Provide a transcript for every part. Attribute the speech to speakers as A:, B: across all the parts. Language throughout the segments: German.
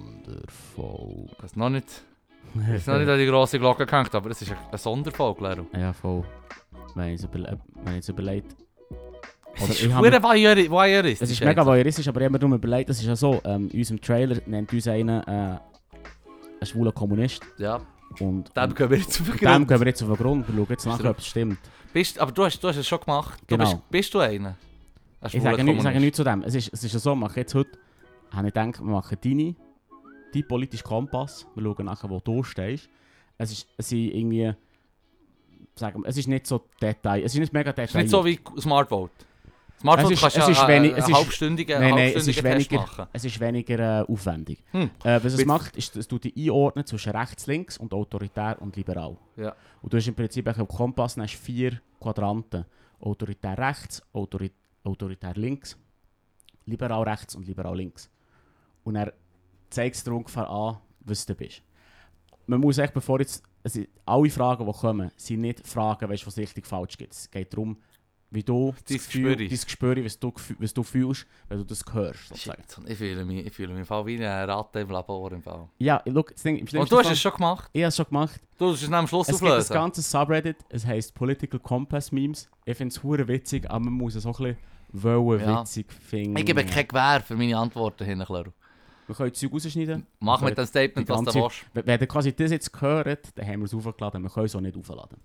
A: Sonderfolge.
B: Ich weiß noch nicht, ich weiß noch nicht an die grosse Glocke gehängt, aber es ist eine Sonderfolge, Lero.
A: ja, voll. Wenn ich es überle wenn ich es überlegt.
B: Es
A: Oder
B: ist
A: ich hab
B: verdammt voyeuri- voyeuristisch.
A: Es ist
B: jetzt.
A: mega voyeuristisch, aber ich habe mir darum überlegt, das ist ja so, ähm, in unserem Trailer nennt uns einer äh, ein schwuler Kommunist
B: Ja,
A: und
B: dem gehen wir jetzt auf den
A: dem
B: Grund.
A: gehen wir jetzt auf den Grund, wir schauen jetzt nachher, ob es stimmt.
B: Bist, aber du hast, du hast es schon gemacht. Du
A: Genau.
B: bist, bist du einer? Ein
A: Ich sage, nicht, ich
B: schwuler
A: sage
B: Kommunist.
A: nichts zu dem. Es ist, es ist ja so, mach jetzt heute, habe ich gedacht, wir machen deine, deinen politischen Kompass, wir schauen nachher, wo du stehst. Es ist, es sind irgendwie, sagen wir, es ist nicht so Detail, es ist nicht mega
B: Es ist nicht
A: detailliert.
B: so wie Smart Vote. Smart
A: Es
B: Vote
A: ist-
B: kannst du
A: es ist
B: ja
A: wenig-
B: einen
A: es
B: einen
A: ist-
B: halbstündigen
A: Nein, nein, es
B: halbstündigen
A: ist
B: Test
A: weniger-
B: machen.
A: es ist weniger äh, aufwendig.
B: Hm.
A: Äh, was es
B: Mit-
A: macht, ist, es tut die einordnen zwischen rechts, links und autoritär und liberal.
B: Ja.
A: Und du hast im Prinzip auf dem Kompass dann hast du vier Quadranten. Autoritär rechts, autori autoritär links, liberal rechts und liberal links. Und er zeigt es dir ungefähr an, was du bist. Man muss echt, bevor jetzt, also alle Fragen, die kommen, sind nicht Fragen, weißt, was richtig falsch gibt. Es geht darum, wie du
B: Dein
A: das Gefühl,
B: Gespür.
A: dein Gespür, was du, gef- was du fühlst, wenn du das hörst. Sozusagen.
B: Shit, ich fühle mich, ich fühle mich im Fall wie eine Ratte im Labor im Fall.
A: Ja, schau, das Ding, im
B: Und
A: schlimmsten
B: du hast
A: Fall-
B: es schon gemacht.
A: Ich habe es schon gemacht.
B: Du hast es am Schluss
A: Es gibt das
B: auflösen.
A: ganze Subreddit, es heisst Political Compass Memes. Ich finde es hure witzig, ah, aber man muss es auch ein bisschen wollen
B: Ja.
A: witzig finden.
B: Ich gebe kein Gewehr für meine Antworten hin, Lero.
A: Wir können die Zeug rausschneiden.
B: Mach
A: Wir
B: mit
A: können-
B: dem Statement,
A: die
B: was du
A: ganze-
B: willst.
A: Wenn wenn ihr quasi das jetzt gehört, dann haben wir es aufgeladen. Wir können es auch nicht aufladen.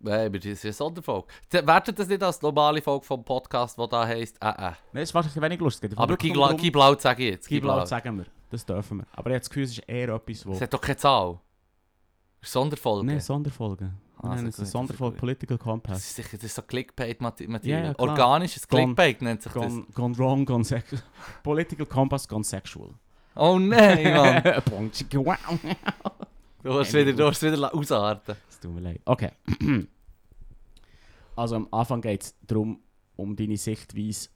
B: Nein, aber das ist eine Sonderfolge. Z- Wertet das nicht als globale Folge vom Podcast, die da heisst, äh, äh.
A: Nein, es ist wahrscheinlich wenig lustig. Es geht
B: Aber
A: wirklich
B: gib
A: nur
B: blau,
A: darum-
B: gib blau, sag ich jetzt.
A: Gib
B: Gib
A: laut,
B: blau.
A: sagen wir. Das dürfen wir. Aber ich habe das Gefühl, es ist eher etwas, wo...
B: Es hat doch keine Zahl. Es ist Sonderfolge.
A: Nein, Sonderfolge.
B: Ah,
A: Wir nennen
B: sehr
A: es eine
B: gut,
A: Sonderfolge
B: sehr gut.
A: Political
B: Das
A: Compass.
B: ist sicher das ist so Clickbait-Material.
A: Ja, ja, klar.
B: Organisches
A: Gone-
B: Clickbait nennt sich das.
A: Gone, gone wrong, gone sexual. Political Compass, gone sexual.
B: Oh nein, Mann.
A: Bong, chicka, wow.
B: Du hast wieder, du hast wieder la- ausarten.
A: Es tut mir leid. Okay. Also am Anfang geht es darum, um deine Sichtweise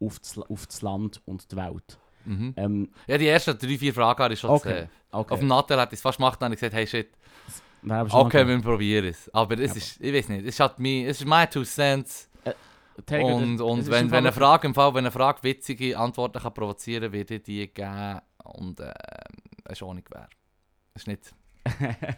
A: auf das, auf das Land und die Welt.
B: Mhm.
A: Ähm,
B: Ja, die ersten drei, vier Fragen habe ich schon
A: okay.
B: gesehen. Auf
A: okay.
B: dem Nattel hätte ich es fast gemacht, dann habe ich gesagt, hey shit,
A: Wer haben wir schon mal
B: okay, wir probieren es. Aber es
A: Aber-
B: ist, ich weiß nicht, es ist halt mein, es ist my two cents.
A: gehabt? Tiger, das-
B: und
A: das
B: und
A: ist
B: wenn,
A: im
B: wenn
A: Fall-
B: eine Frage im Fall, wenn eine Frage witzige Antworten kann provozieren kann, werde ich die geben und äh, eine Schonung wäre. Ist nicht.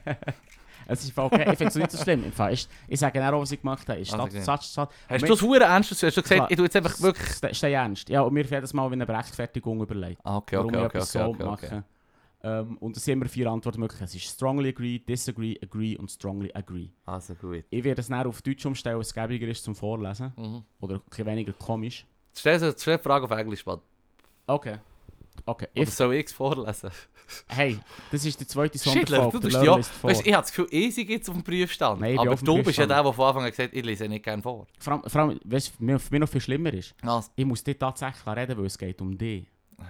A: es ist im Fall okay, ich finde es nicht so schlimm. Im Fall ist, ich sage genau, was ich gemacht habe. Ist
B: Also
A: Satz,
B: okay.
A: Satz, Satz.
B: Hast
A: Moment.
B: du das Huren ernst? Hast du gesagt,
A: Klar.
B: ich tue jetzt einfach wirklich.
A: Ste- Steh ernst. Ja, und mir fehlt das mal wie eine Rechtfertigung überlegt.
B: Ah, okay,
A: warum
B: okay,
A: ich
B: okay,
A: etwas
B: okay,
A: so
B: okay, okay.
A: mache. Ähm, und es sind immer vier Antwortmöglichkeiten. Es ist strongly agree, disagree, agree und strongly agree.
B: Also gut.
A: Ich werde es dann auf Deutsch umstellen, was gäbiger ist zum Vorlesen.
B: Mhm.
A: Oder ein bisschen weniger komisch.
B: Stell dir stell die Frage auf Englisch, Mann.
A: Okay. Okay.
B: Oder
A: If,
B: soll ich es vorlesen?
A: hey, das ist die zweite
B: Schindler, du
A: Sonderfolge. der
B: tust
A: Löhler
B: ja.
A: liest vor.
B: Weißt, ich habe das Gefühl, ich sei jetzt auf dem Prüfstand.
A: Nein, ich bin
B: aber
A: auf dem
B: du bist ja
A: Prüfstand.
B: der, der von Anfang an gesagt hat, ich lese nicht gerne vor.
A: Vor allem, vor allem weißt, du, mir- für mich noch viel schlimmer ist,
B: Ah,
A: ich muss dir tatsächlich reden, weil es geht um dich.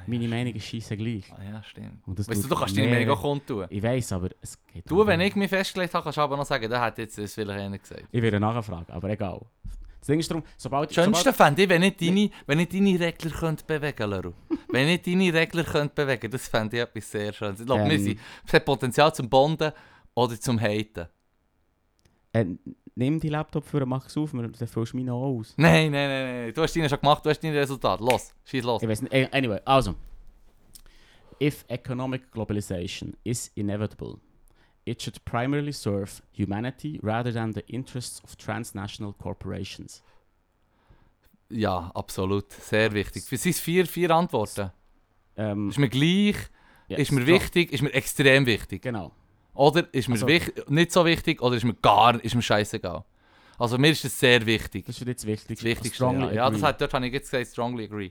A: Meine Meinung ist scheisse gleich.
B: ah ja, stimmt.
A: Und das
B: Weißt du,
A: tut
B: du kannst deine
A: mehr-
B: Meinung auch kundtun.
A: Ich weiß, aber es geht
B: Du,
A: um
B: wenn
A: dich.
B: ich mich festgelegt habe, kannst du aber noch sagen, der hat jetzt das vielleicht einer gesagt.
A: Ich werde nachfragen, aber egal. Das Ding ist darum, sobald...
B: Das Schönste fände ich, wenn ich deine, wenn ich deine Regler könnt bewegen könnte, Wenn ich deine Regler könnt bewegen das fände ich etwas sehr Schönes. Ich glaube, wir
A: Ähm.
B: sind, es hat Potenzial zum Bonden oder zum Haten.
A: Sobald, äh, nimm deinen Laptop vor, mach es auf, dann füllst du meinen auch aus.
B: Nein, nein, nein, nein. Du hast deine schon gemacht, du hast dein Resultat. Los, schieß los.
A: Ich weiß nicht. An- Anyway, also. If economic globalization is inevitable, it should primarily serve humanity rather than the interests of transnational corporations.
B: Ja, absolut. Sehr wichtig. Für sind vier, vier Antworten.
A: Ähm,
B: Ist mir gleich,
A: ja,
B: ist mir
A: so,
B: wichtig, ist mir extrem wichtig.
A: Genau.
B: Oder ist mir
A: Also-
B: wich nicht so wichtig oder ist mir gar ist mir scheißegal. Also mir ist es sehr wichtig.
A: Das ist jetzt wichtig.
B: Das Wichtigste. Ja, ja das hat, dort habe ich jetzt gesagt, strongly agree.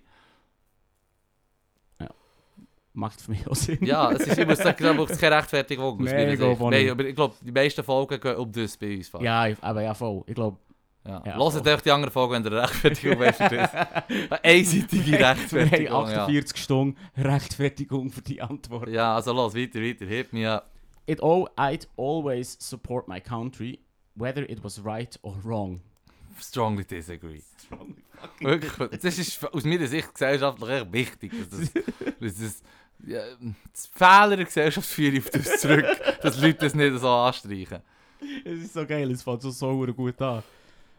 A: macht für mich auch Sinn.
B: Ja, es ist, ich muss sagen, da braucht es keine Rechtfertigung. aus
A: Nee,
B: meiner
A: ich glaub
B: Sicht.
A: auch
B: Nein,
A: nicht.
B: aber ich glaube, die meisten Folgen gehen um das bei uns. Ja.
A: Ja, ich- aber ja, voll. Ich glaube,
B: Ja.
A: ja,
B: Hört euch die anderen Folgen, wenn ihr eine Rechtfertigung weißt du das. Eine einseitige
A: wir haben
B: Rechtfertigung. ja.
A: 48 Stunden Rechtfertigung für die Antwort.
B: ja, also los, weiter, weiter, hit mich ab.
A: It all, I'd always support my country, whether it was right or wrong.
B: Strongly disagree. Wirklich, das ist aus meiner Sicht gesellschaftlich echt wichtig. Dass das, dass das, dus, ja, das Fehler der Gesellschaft führe ich auf das zurück, dass die Leute das nicht so anstreichen.
A: Es ist so geil, es fängt so sauer gut an.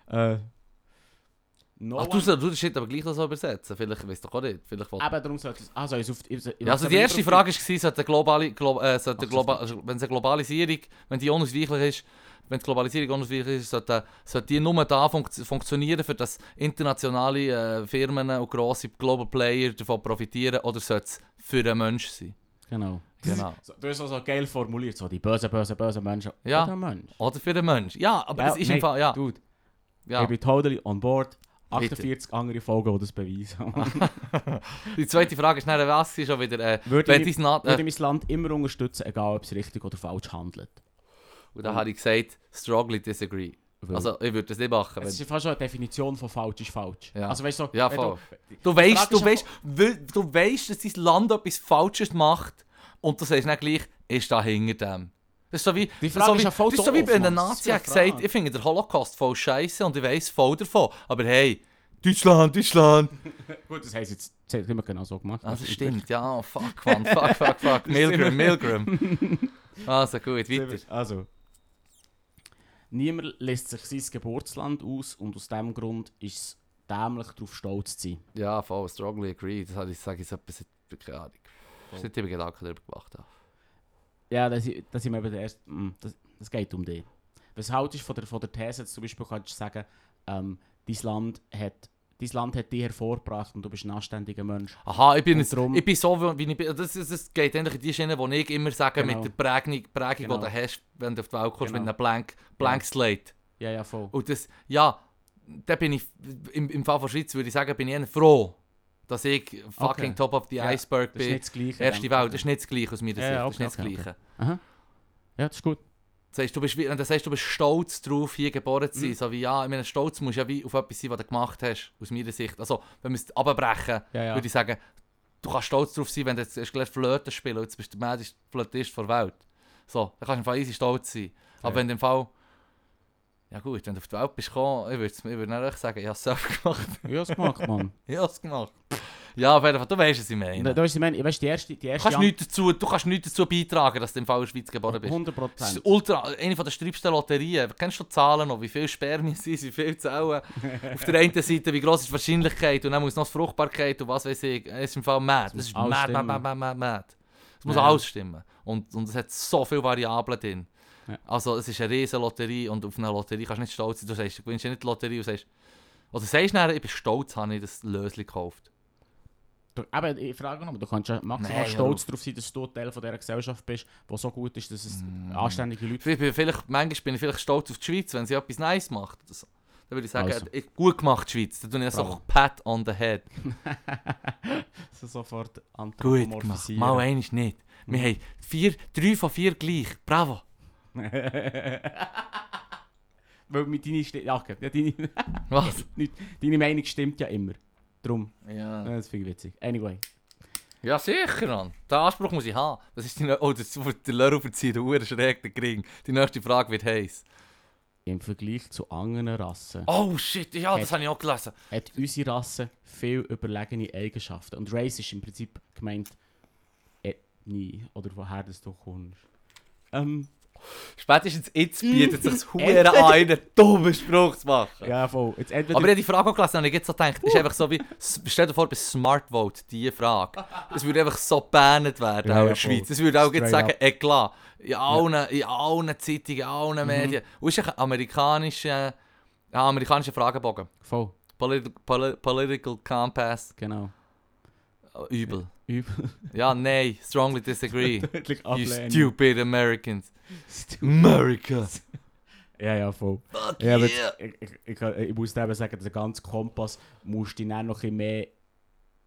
A: Äh, No
B: Ach, du
A: one,
B: sollst du den Shit aber gleich noch so übersetzen. Vielleicht, weißt du auch nicht. Vielleicht will-
A: eben darum sollte es. Ah, soll ich es auf. ich- ich-
B: ja, also die
A: ich-
B: erste Frage war, sollte eine globale, glo äh, sollte eine
A: Ach,
B: globa also, wenn es eine Globalisierung, wenn die unausweichlich ist, wenn die Globalisierung unausweichlich ist, sollte, sollte die nur da funkt funktionieren, für dass internationale äh, Firmen und grosse Global Player davon profitieren, oder sollte es für einen Menschen sein?
A: Genau.
B: Genau.
A: So, du hast es so geil formuliert, so die bösen, bösen, bösen Menschen.
B: Ja.
A: Oder Mensch.
B: Oder für einen Menschen. Ja, aber
A: Ja,
B: das ist
A: nein,
B: im Fall, ja.
A: Dude,
B: ja.
A: ich bin totally on board.
B: Bitte.
A: 48 andere Folgen, die das beweisen.
B: Die zweite Frage ist dann, was ist schon wieder, äh,
A: Würde
B: wenn
A: ich-
B: dies na-
A: Ich würde
B: äh,
A: mein Land immer unterstützen, egal ob es richtig oder falsch handelt.
B: Und da habe ich gesagt, strongly disagree.
A: Weil-
B: Also, ich würde das nicht machen.
A: es
B: Wenn,
A: ist fast schon eine Definition von falsch ist falsch.
B: Ja.
A: Also weißt du, so,
B: Ja,
A: wenn du-
B: du weißt,
A: Frage ist
B: du weißt, we- du weißt, dass dein Land etwas Falsches macht und du sagst nicht gleich, ist da hinter dem. Das ist so wie,
A: Die
B: das ist
A: Frage
B: so wie,
A: ist ja voll
B: das ist so wie
A: doof,
B: bei einem
A: Mann. Das ist
B: Nazi
A: ja
B: hat
A: eine Frage.
B: gesagt, ich finde den Holocaust voll scheiße und ich weiß voll davon. Aber hey, Deutschland, Deutschland.
A: Gut, das heisst jetzt, das hat immer genau so gemacht.
B: Also stimmt, ja, fuck, man, fuck, fuck, fuck. Milgram, Milgram. Also gut, weiter.
A: Also. Niemand lässt sich sein Geburtsland aus und aus diesem Grund ist es dämlich darauf stolz zu sein.
B: Ja, voll, strongly agree. Das habe ich, sage ich so etwas, keine Ahnung. Ich habe nicht über Gedanken darüber gemacht. habe.
A: Ja, das, i- das sind wir eben der erste. mm, Das, das geht um dich. Was haltest du von der, von der These, jetzt zum Beispiel kannst du sagen, ähm, dein, Land hat, dein Land hat dich hervorgebracht und du bist ein anständiger Mensch.
B: Aha, ich bin,
A: Und
B: jetzt,
A: drum-
B: ich bin so, wie ich bin. Das, das, das geht eigentlich in die Schiene, die ich immer sage,
A: Genau.
B: mit der Prägung, Prägung
A: Genau.
B: die du hast, wenn du auf die Welt kommst, mit
A: Genau.
B: einem Blank, Blank Slate.
A: Ja, ja, voll.
B: Und das, ja, da bin ich, im, im Fall von Schweiz würde ich sagen, bin ich eher froh, dass ich fucking
A: Okay.
B: top of the
A: Ja,
B: iceberg
A: Das ist
B: bin.
A: nicht das Gleiche.
B: Erste
A: denk
B: Welt,
A: ich.
B: das ist nicht das Gleiche aus meiner
A: Ja,
B: Sicht.
A: ja,
B: das ist
A: okay,
B: nicht das
A: okay,
B: Gleiche.
A: Ja, das ist gut.
B: Das heißt, du bist, wie- wenn du sagst, du bist stolz darauf, hier geboren zu sein.
A: Mhm.
B: So wie, ja, ich meine, stolz musst du ja wie auf etwas sein, was du gemacht hast, aus meiner Sicht. Also, wenn wir es abbrechen,
A: Ja, ja.
B: würde ich sagen, du kannst stolz darauf sein, wenn du jetzt hast gelernt Flirten spielen und jetzt bist du der mädeste Flirtist der Welt. So, dann kannst du im Fall easy stolz sein. Aber
A: Fair.
B: wenn du im Fall... Ja gut, wenn du auf die Welt bist gekommen, ich würde ich würd dann echt sagen, ich habe es selbst gemacht.
A: Ich hab's gemacht, Mann.
B: ich habe es gemacht. Ja, auf jeden Fall, du weißt, was ich meine.
A: Da,
B: Du
A: da ist, ich meine, weißt, die erste, die erste
B: kannst, nichts dazu, du kannst nichts dazu beitragen, dass du im Fall in der Schweiz geboren bist.
A: 100
B: Das
A: Prozent.
B: ist ultra, eine von der sträubsten Lotterien. Kennst du die Zahlen noch? Wie viele Spermien sind, wie viele Zellen? Auf der einen Seite, wie groß ist die Wahrscheinlichkeit und dann muss noch die Fruchtbarkeit und was weiß ich. Es ist im Fall mad. Das
A: muss
B: ist
A: alles
B: mad, mad,
A: stimmen.
B: mad, mad, mad, mad. Es muss
A: Ja.
B: alles stimmen. Und, und es hat so viele Variablen drin.
A: Ja.
B: Also es ist eine riesen Lotterie und auf eine Lotterie kannst du nicht stolz sein. Du sagst, du gewinnst ja nicht die Lotterie und sagst, oder sagst dann, ich bin stolz, habe ich das Lösli gekauft.
A: Aber ich frage nochmal, du kannst ja maximal
B: Nein,
A: stolz darauf sein, dass du Teil von dieser Gesellschaft bist, die so gut ist, dass es anständige Leute
B: Vielleicht, bin ich- vielleicht, manchmal bin ich vielleicht stolz auf die Schweiz, wenn sie etwas Nice macht. Oder so. Dann würde ich sagen,
A: Also.
B: ich, gut gemacht, Schweiz. Dann tue ich so
A: Bravo.
B: Pat on the head.
A: sind. Sofort
B: Gut gemacht.
A: anthropomorphisieren.
B: Mal eines nicht. Wir haben vier, drei von vier gleich. Bravo.
A: Weil mit deine, Sti- ja, okay. ja, deine,
B: Was?
A: nicht- deine Meinung stimmt ja immer. Drum,
B: Ja,
A: ja, das finde ich witzig. Anyway.
B: ja sicher, Mann. Den Anspruch muss ich haben. Das ist die neu- oh, das wird der Lörr verzieht, der schräg den Kring. Die nächste Frage wird heiß.
A: Im Vergleich zu anderen Rassen
B: Oh shit, ja, das
A: Hat-
B: habe ich auch gelesen.
A: hat unsere Rasse viel überlegene Eigenschaften. Und Race ist im Prinzip gemeint Ethnie oder woher das du kommst. Ähm,
B: Spätestens jetzt bietet sich das Huren
A: Entweder-
B: an, einen dummen Spruch zu machen.
A: ja, voll. Jetzt entweder
B: Aber ich habe die Frage auch gelesen und ich jetzt so gedacht, ist einfach so wie, s- stell dir vor, bei Smartvote, diese Frage. Es würde einfach so gebannt werden,
A: Ja,
B: auch in
A: ja, voll.
B: der Schweiz. Dus Es würde auch jetzt
A: Straight
B: sagen, eklar. In allen, in allen Zeitungen, in allen
A: Mhm.
B: Medien. Und es ist ein amerikanischer, ein amerikanischer Fragebogen.
A: voll,
B: Polit Poli- political Compass,
A: genau.
B: Oh, übel.
A: Übel.
B: Ja, nein, strongly disagree.
A: Deutlich
B: you
A: ablehnen.
B: stupid Americans.
A: Stu-
B: America.
A: Ja, ja, voll.
B: Fuck
A: Ja, aber
B: yeah.
A: ich, ich, ich, ich muss dir eben sagen, der ganze Kompass musst du dann noch ein bisschen mehr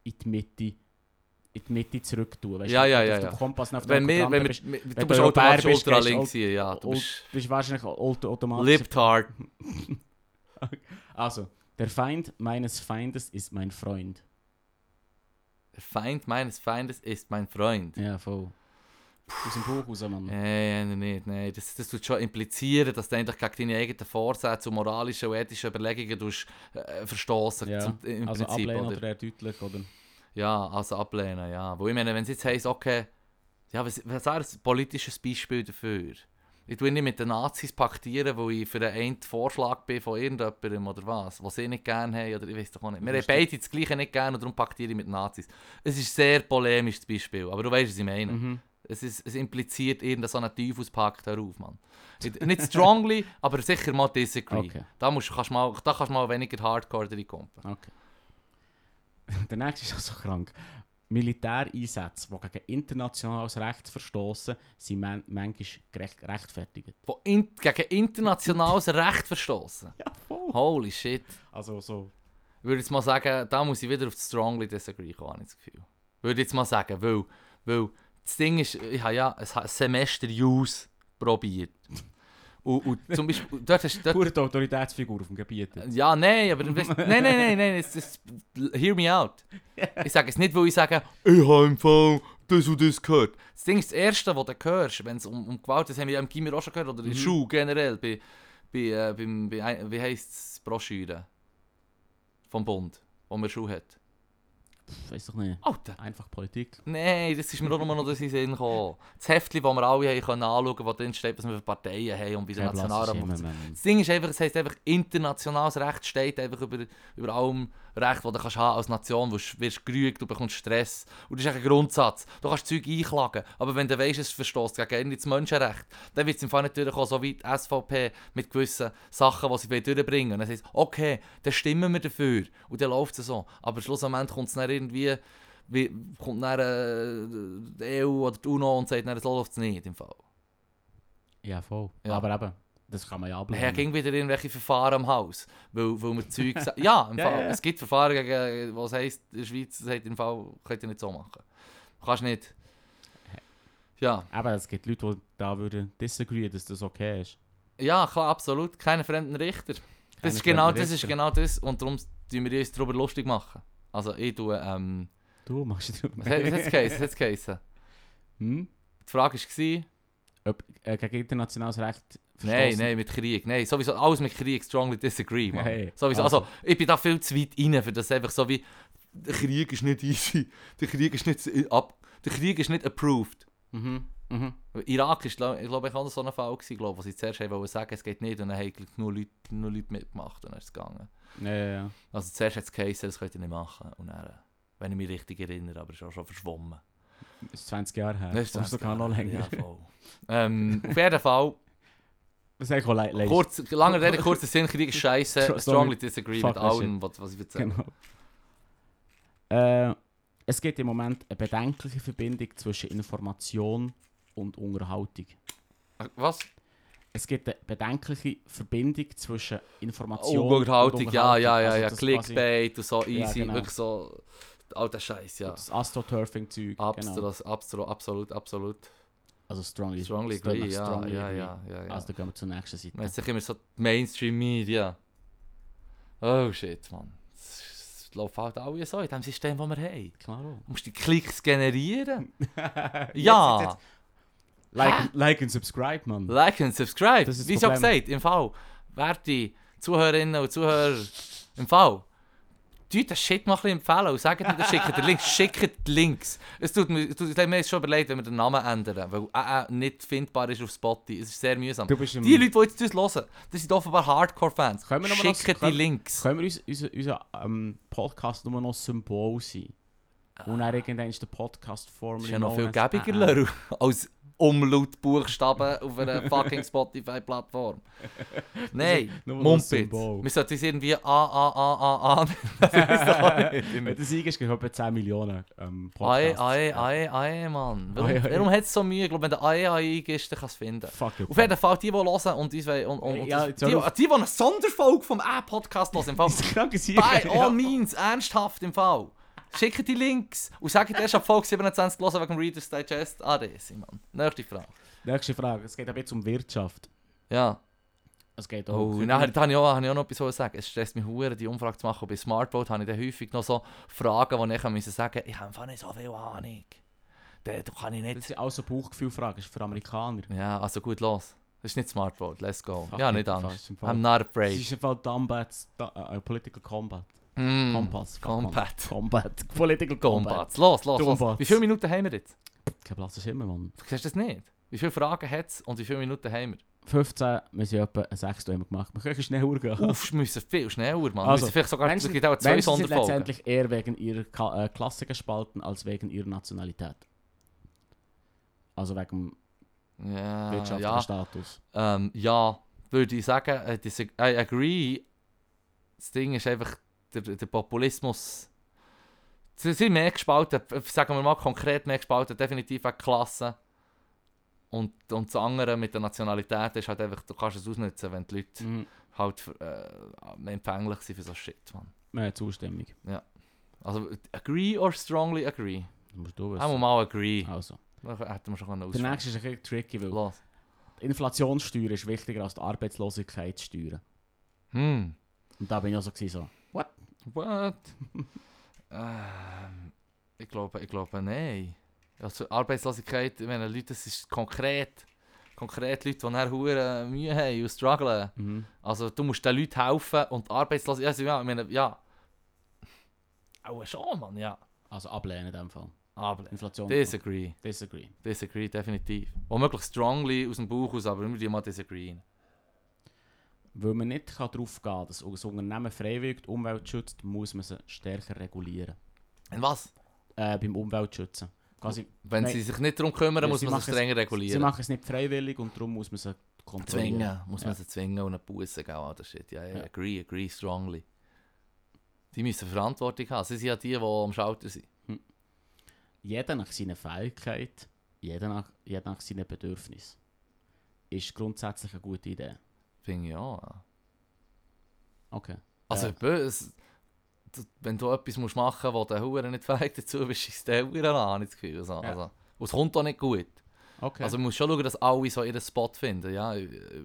A: in die Mitte, in die Mitte zurück tun. Weißt
B: Ja,
A: du,
B: ja,
A: wenn du
B: ja,
A: auf dem
B: ja.
A: Kompass nach
B: Wenn wir, wenn wir,
A: bist,
B: du
A: wenn
B: bist
A: du
B: automatisch
A: Europäer bist,
B: ultra
A: gehst du
B: links hier, ja. Du
A: ul-
B: bist
A: bist wahrscheinlich aut- automatisch.
B: Liptard.
A: Also, der Feind meines Feindes ist mein Freund.
B: Der Feind meines Feindes ist mein Freund.
A: Ja, voll. Aus dem Buch raus, Mann.
B: Nein, nein, nein, nein. Das, das tut schon implizieren, dass du eigentlich gegen deine eigenen Vorsätze und moralischen und ethischen Überlegungen tust, äh, verstoßen
A: Ja,
B: zum, im
A: also
B: Prinzip,
A: ablehnen
B: oder?
A: oder eher deutlich, oder?
B: Ja, also ablehnen, ja. Wo ich meine, wenn es jetzt heisst, okay, ja, was, was wäre ein politisches Beispiel dafür? Ich tue nicht mit den Nazis paktieren, weil ich für den einen Vorschlag bin von irgendjemandem oder was, was sie nicht gerne haben oder ich weiß doch auch nicht. Wir haben beide das Gleiche nicht gerne und darum paktiere ich mit den Nazis. Es ist sehr polemisch, das Beispiel, aber du weißt, was ich meine.
A: Mhm.
B: Es, ist, es impliziert irgendeinen so einen Teufelspakt darauf, Mann. Nicht- Nicht strongly, aber sicher mal disagree.
A: Okay.
B: Da, musst, kannst mal, da kannst du mal weniger Hardcore reinkommen.
A: Okay. Der nächste ist auch so krank. Militäreinsätze, die gegen internationales Recht verstoßen, sind man manchmal gerecht rechtfertigt.
B: Die in, gegen internationales Recht verstoßen.
A: Ja, voll.
B: Holy shit.
A: Also so.
B: Ich würde jetzt mal sagen, da muss ich wieder auf das strongly disagree kommen, habe ich das Gefühl. Würde jetzt mal sagen, weil, weil das Ding ist, ich habe ja ein Ha- Semester Use probiert. Und, und zum Beispiel, dort hast dort,
A: Pure die Autoritätsfigur auf dem Gebiet.
B: Ja, nein, aber weißt, nein, nein, nein, nein, es, es, hear me out. Ich sage es nicht, weil ich sage, ich habe im Fall das und das gehört. Das Ding ist das Erste, was du hörst, wenn es um, um Gewalt ist, haben wir ja im Gimmer auch schon gehört, oder in der Schule generell, bei, bei, äh, beim, bei ein- wie heisst es, Broschüre vom Bund, wo man Schuhe hat.
A: Pff, Weiss doch nicht.
B: Alter!
A: Einfach Politik.
B: Nein, das ist mir auch nur noch das in den Sinn gekommen. Das Heftchen, das wir alle haben können anschauen konnten, wo drin steht, was wir für Parteien haben und wie der
A: Kein blasses
B: Nationalrat
A: Schimmer, Mann.
B: Das Ding ist einfach, es heisst einfach, internationales Recht steht einfach über, über allem Recht, das du kannst haben als Nation kannst. Du wirst gerügt, du bekommst Stress. Und das ist eigentlich ein Grundsatz. Du kannst Zeug einklagen, aber wenn du weißt, es verstößt gegen das Menschenrecht, dann wird es im Fall nicht durchkommen, so wie die SVP mit gewissen Sachen, die sie will durchbringen wollen. Dann heißt okay, dann stimmen wir dafür. Und dann läuft es so. Aber schlussendlich kommt es dann irgendwie, wie, kommt dann äh, die EU oder die UNO und sagt, nein, das läuft es nicht im Fall.
A: Ja, voll.
B: Ja.
A: Aber eben, das kann man dus ja
B: Er
A: ablehnen.
B: ging wieder irgendwelche Verfahren am Haus, weil, weil wir Zeug sa- Ja, im
A: Ja,
B: Fall.
A: ja, ja.
B: Es gibt Verfahren gegen, was heisst, in der Schweiz sagt im Fall, könnt ihr nicht so machen. Du kannst nicht. Ja,
A: Eben, es gibt Leute, die da würden disagree, dass das okay ist.
B: ja, klar, absolut. Keine fremden Richter. Das
A: Keine
B: ist genau
A: fremden
B: das, ist
A: Richter.
B: genau das. Und darum tun wir uns darüber lustig machen. Also ich tue, ähm.
A: Du machst dich
B: Was hat es geheißen? Was hat's geheißen?
A: hm?
B: Die Frage war.
A: Ob äh, gegen internationales Recht
B: Nein,
A: verstoßen?
B: nein, mit Krieg. Nein, sowieso alles mit Krieg strongly disagree, man.
A: Hey,
B: sowieso.
A: also.
B: Also. ich bin da viel zu weit rein, für das einfach so wie der Krieg ist nicht easy. Der Krieg ist nicht s- ab der Krieg ist nicht approved.
A: Mhm. Mhm.
B: Irak ist, glaub- ich glaube, ich hatte so einen Fall, gewesen, glaub, wo sie zuerst haben wollen sagen, es geht nicht und dann haben nur Leute, nur Leute mitgemacht und dann ist es gegangen.
A: Ja, ja, ja.
B: Also zuerst hat es geheißen, das könnt ihr nicht machen und dann, äh, wenn ich mich richtig erinnere, aber es ist auch schon verschwommen.
A: Das ist 20 Jahre her.
B: Das ist
A: Oder sogar noch länger.
B: eh, Ja, voll. ähm, auf jeden Fall,
A: Das ist eigentlich auch le- leicht.
B: Kurz, lange Rede, kurzer Sinn, Krieg ist scheiße.
A: Sorry.
B: Strongly disagree
A: Fuck
B: mit
A: that
B: allem, was, was ich erzähle.
A: Genau. Äh, es gibt im Moment eine bedenkliche Verbindung zwischen Information und Unterhaltung.
B: Was?
A: Es gibt eine bedenkliche Verbindung zwischen Information
B: Oh, Unterhaltung, ja, ja, ja,
A: Also
B: ja.
A: das quasi-
B: Clickbait und so easy,
A: genau.
B: wirklich so. All der Scheiß, ja.
A: Das Astroturfing-Zeug. Genau.
B: Absolut, absolut, absolut, absolut.
A: Also strongly, das
B: Strongly
A: tönt
B: agree,
A: nach
B: ja,
A: strongly
B: ja,
A: agree.
B: ja, ja, ja.
A: Also, dann gehen wir zur nächsten Seite.
B: Man hat sich immer so die Mainstream-Media. Oh shit, man. Es läuft halt alles so in dem System, das wir haben.
A: Klaro.
B: Du musst die Klicks generieren. ja!
A: Jetzt, jetzt, jetzt. Like, like und subscribe, Mann.
B: Like und subscribe.
A: Das ist
B: Wie
A: das
B: schon
A: Problem.
B: gesagt, im Fall, werte Zuhörerinnen und Zuhörer, im Fall, tut den Shit mal ein bisschen empfehlen und sagt mir, schickt den Links, schickt die Links. Es tut mir, es tut, mir jetzt schon überlegt, wenn wir den Namen ändern, weil AA nicht findbar ist auf Spotify. Es ist sehr mühsam.
A: Du bist im-
B: die Leute, die jetzt das hören, das sind offenbar Hardcore-Fans.
A: Können wir noch mal
B: Schickt
A: noch-
B: die Links.
A: Können wir uns, unser, unser ähm, Podcast nur noch Symbol sein? Und dann irgendwann ist der Podcast formerly
B: Das Ah. ist ja noch viel
A: known as-
B: gäbiger,
A: Ah, ah.
B: Leru, als Umlautbuchstaben auf einer eh, fucking Spotify-Plattform. Nein,
A: nur noch
B: Mumpitz.
A: Symbol.
B: Wir sollten uns irgendwie A, A, A, A, A
A: Wenn der Sieg ist, gehört etwa 10 Millionen ähm,
B: Ae,
A: Podcasts.
B: ae, ae, ae, Mann. Warum,
A: Ae, ae.
B: warum hat es so Mühe? Ich glaube, wenn der ae, ae eingibst, dann kannst du es finden.
A: Fuck it.
B: Auf jeden Fall, die, die hören und uns wollen- und, und, und
A: Ja,
B: die,
A: jetzt
B: die,
A: hör auf.
B: die, die eine Sonderfolge vom A-Podcast hören, im Fall. oh,
A: Das kranke Sieg.
B: By all means, ernsthaft im Fall. Schickt die Links und sagt erst ab Folge 27 hören wegen Reader's Digest. Ah, ADS, Mann. Nächste Frage.
A: Nächste Frage. Es geht ein bisschen um Wirtschaft.
B: Ja.
A: Es geht auch
B: Oh,
A: um
B: und nachher da habe ich, auch- habe ich auch noch etwas zu sagen. Es stresst mich hure, die Umfrage zu machen. Und bei Smartboat habe ich dann häufig noch so Fragen, die ich dann müssen sagen ich habe einfach nicht so viel Ahnung. Da da kann ich
A: Das
B: nicht...
A: sind auch so Bauchgefühlfragen. Das ist für Amerikaner.
B: Ja, also gut, los. Das ist nicht Smartboat, let's go.
A: Fuck
B: ja,
A: it,
B: nicht
A: fuck
B: Angst.
A: it, im Fall.
B: I'm not
A: Das
B: afraid.
A: ist im Fall Dumbats, da, äh, Political Combat.
B: Mm.
A: Kompass.
B: Combat.
A: Combat. Political Combat.
B: Gombats. Los, los, los.
A: Gombats.
B: Wie viele Minuten haben wir jetzt?
A: Kein Platz ist immer, Mann.
B: Du siehst das nicht? Wie viele Fragen hat es und wie viele Minuten haben wir?
A: 15, wir sind etwa ein Sechstel haben wir gemacht. Wir können schneller gehen.
B: Uff, wir müssen viel schneller, Mann. wir
A: Also,
B: müssen vielleicht sogar
A: Menschen-
B: es gibt auch zwei
A: Menschen sind
B: Sonderfolgen.
A: letztendlich eher wegen ihrer Ka äh, Klasse gespalten als wegen ihrer Nationalität. Also wegen dem
B: Ja,
A: wirtschaftlichen
B: Ah, ja,
A: Status.
B: ähm, ja, würde ich sagen, äh, dis- I agree. Das Ding ist einfach, der, der Populismus. Sie sind mehr gespalten, äh, sagen wir mal konkret mehr gespalten, definitiv wegen Klasse. Und, und das andere mit der Nationalität ist halt einfach, du kannst es ausnutzen, wenn die Leute
A: Mhm.
B: halt für, äh, empfänglich sind für so Shit, Mann.
A: Mehr Zustimmung.
B: Also, agree or strongly agree?
A: Das musst du
B: Einmal
A: wissen.
B: mal agree.
A: Also.
B: Dann hätten wir schon können
A: Der
B: ausschalten
A: nächste ist ein bisschen tricky, weil
B: Los.
A: die Inflationssteuer ist wichtiger als die Arbeitslosigkeitssteuer.
B: Hm.
A: Und da bin ich auch so, gewesen, so
B: What? ähm, ich glaube, ich glaube, nein. Also Arbeitslosigkeit, ich meine, Leute, das ist konkret. Konkret Leute, die nachher hure Mühe haben und strugglen.
A: mhm.
B: Also du musst den Leuten helfen und Arbeitslosigkeit, also, ja, ich meine, ja. Auch schon, Mann, ja.
A: also ablehnen in dem Fall.
B: Aber
A: Inflation.
B: disagree,
A: Disagree.
B: disagree, definitiv. Womöglich strongly aus dem Bauch aus, aber immer die mal disagreeen.
A: Weil man nicht kann darauf gehen kann, dass ein Unternehmen freiwillig die Umwelt schützt, muss man sie stärker regulieren.
B: Und was?
A: Äh, beim Umweltschützen. Quasi,
B: Wenn
A: Nein.
B: sie sich nicht darum kümmern,
A: Ja,
B: muss
A: sie
B: man
A: machen
B: sie
A: es-
B: strenger
A: sie
B: regulieren.
A: machen es nicht freiwillig und darum muss man sie kontrollieren.
B: Zwingen, muss man
A: Ja.
B: sie zwingen und einen Bussen geben, all das shit. Ja, ja,
A: Ja.
B: agree, agree strongly. Die müssen Verantwortung haben. Sie sind ja die, die am Schalter sind.
A: Jeder nach seiner Fähigkeit, jeder nach, jeder nach seinen Bedürfnissen. Ist grundsätzlich eine gute Idee.
B: Finde ich ja.
A: Okay.
B: Also
A: Ja.
B: böse. du- Wenn du etwas musst machen musst, wo der Huren nicht fähig dazu bist, ist der Huren an, habe ich das Gefühl. Also,
A: Ja.
B: also, und es kommt auch nicht gut.
A: okay.
B: Also man muss schon schauen, dass alle so ihren Spot finden. Ja,